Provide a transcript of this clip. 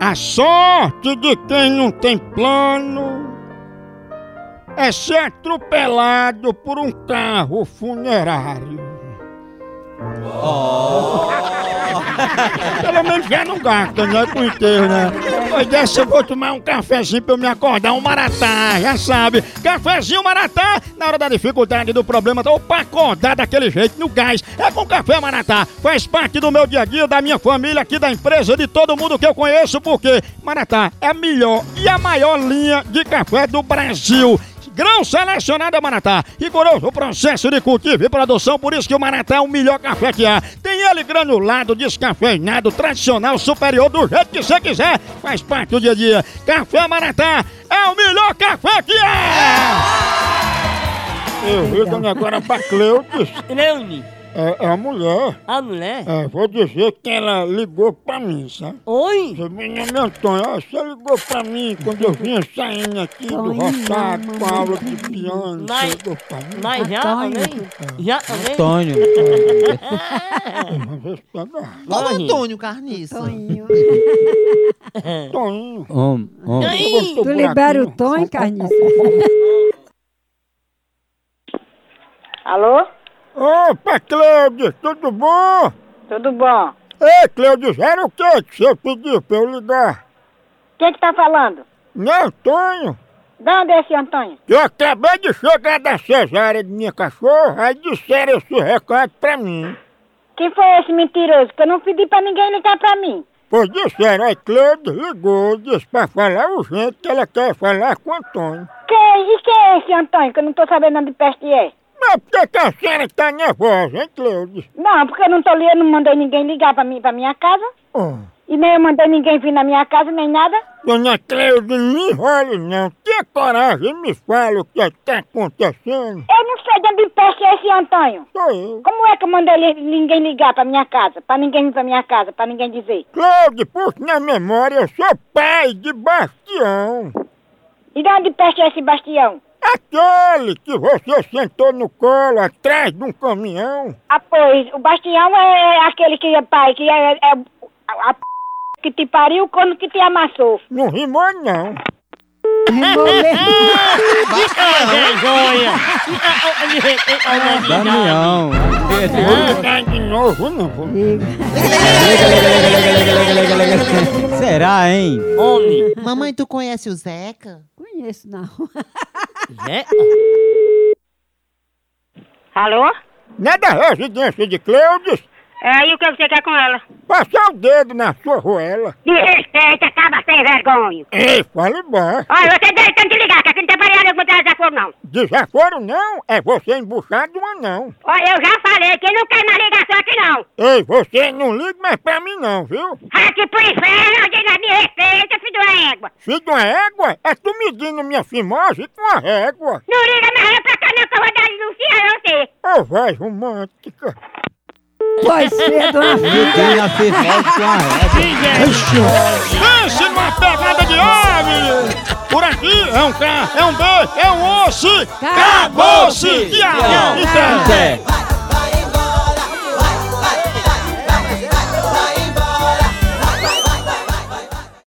A sorte de quem não tem plano é ser atropelado por um carro funerário. Pelo menos já não gasta, né? Com inteiro, né? Pois dessa eu vou tomar um cafezinho pra eu me acordar, um maratá, já sabe. Cafezinho maratá, na hora da dificuldade, do problema, ou pra acordar daquele jeito, no gás. É com café maratá. Faz parte do meu dia a dia, da minha família, aqui da empresa, de todo mundo que eu conheço, porque maratá é a melhor e a maior linha de café do Brasil grão selecionado é Maratá. Rigoroso processo de cultivo e produção, por isso que o Maratá é o melhor café que há. Tem ele granulado, descafeinado, tradicional, superior, do jeito que você quiser. Faz parte do dia a dia. Café Maratá é o melhor café que há! Eu vi também agora pra Cleutis, Leone, é, é a mulher. a mulher. É, vou dizer que ela ligou pra mim, sabe? Oi? Seu Meu nome é Antônio, Ó, você ligou pra mim quando eu vinha saindo aqui do roçado com a aula de piano. Mas- Você ligou pra mim. Mas já Antônio. também? Já também? Antônio. Uma vez pegar. Como Morre. Antônio Carniça. Toninho. Homem, homem. Ai. Tu Tu libera o tom, hein, carniça? Alô? Opa, Cleide, tudo bom? Tudo bom? Ei, Cleide, era o que que você pediu pra eu ligar? Quem que tá falando? Não, Antônio. De onde é esse Antônio? Eu acabei de chegar da cesárea de minha cachorra, aí disseram esse recado pra mim. Quem foi esse mentiroso? Que eu não pedi pra ninguém ligar pra mim. Pois disseram, aí Cleide ligou, disse pra falar urgente que ela quer falar com o Antônio. Quem? E quem é esse Antônio? Que eu não tô sabendo onde peste é. Mas por que que a senhora tá nervosa, hein, Cleide? Não, porque eu não tô li- eu não mandei ninguém ligar pra mim, pra minha casa. Oh. E nem eu mandei ninguém vir na minha casa, nem nada. Dona Cleide, não enrole não. Tenha coragem e me fala o que está acontecendo. Eu não sei de onde peste é esse Antônio. Sou eu. Como é que eu mandei li- ninguém ligar pra minha casa? Pra ninguém vir pra minha casa, pra ninguém dizer. Cleide, puxa na memória, eu sou pai de Bastião. E de onde peste é esse Bastião? Aquele que você sentou no colo atrás de um caminhão. Ah, pois, o Bastião é aquele que é pai, que é, é a, a p... que te pariu quando que te amassou. Não rimou não. Damião. Vou ligar de novo não. vou. Será, hein? Homem. Mamãe, tu conhece o Zeca? Conheço, não. Zeca? Alô? Não é da residência de Cleudes? É, e o que você quer com ela? Passar o dedo na sua roela. Me respeita, acaba sem vergonha. Ei, fale baixo. Olha, você deve tanto ligar, que aqui não tem variável com desaforo, não. Desaforo não, é você embuchar de um anão. Olha, eu já falei que não quer mais ligação aqui, não. Ei, você não liga mais pra mim não, viu? Aqui pro inferno, diga, me respeita, filho da égua. Filho de uma égua? É tu medindo minha fimose com a régua. Não liga mais ela pra cá, não, que eu vou dar denunciar a você. Ô, voz romântica. Pois cedo, uma filha. Tem a fifose com a régua. Pense numa pegada de ave! Por aqui é um K, é um B, é um osso! Acabou-se! E a- e a- e a- É.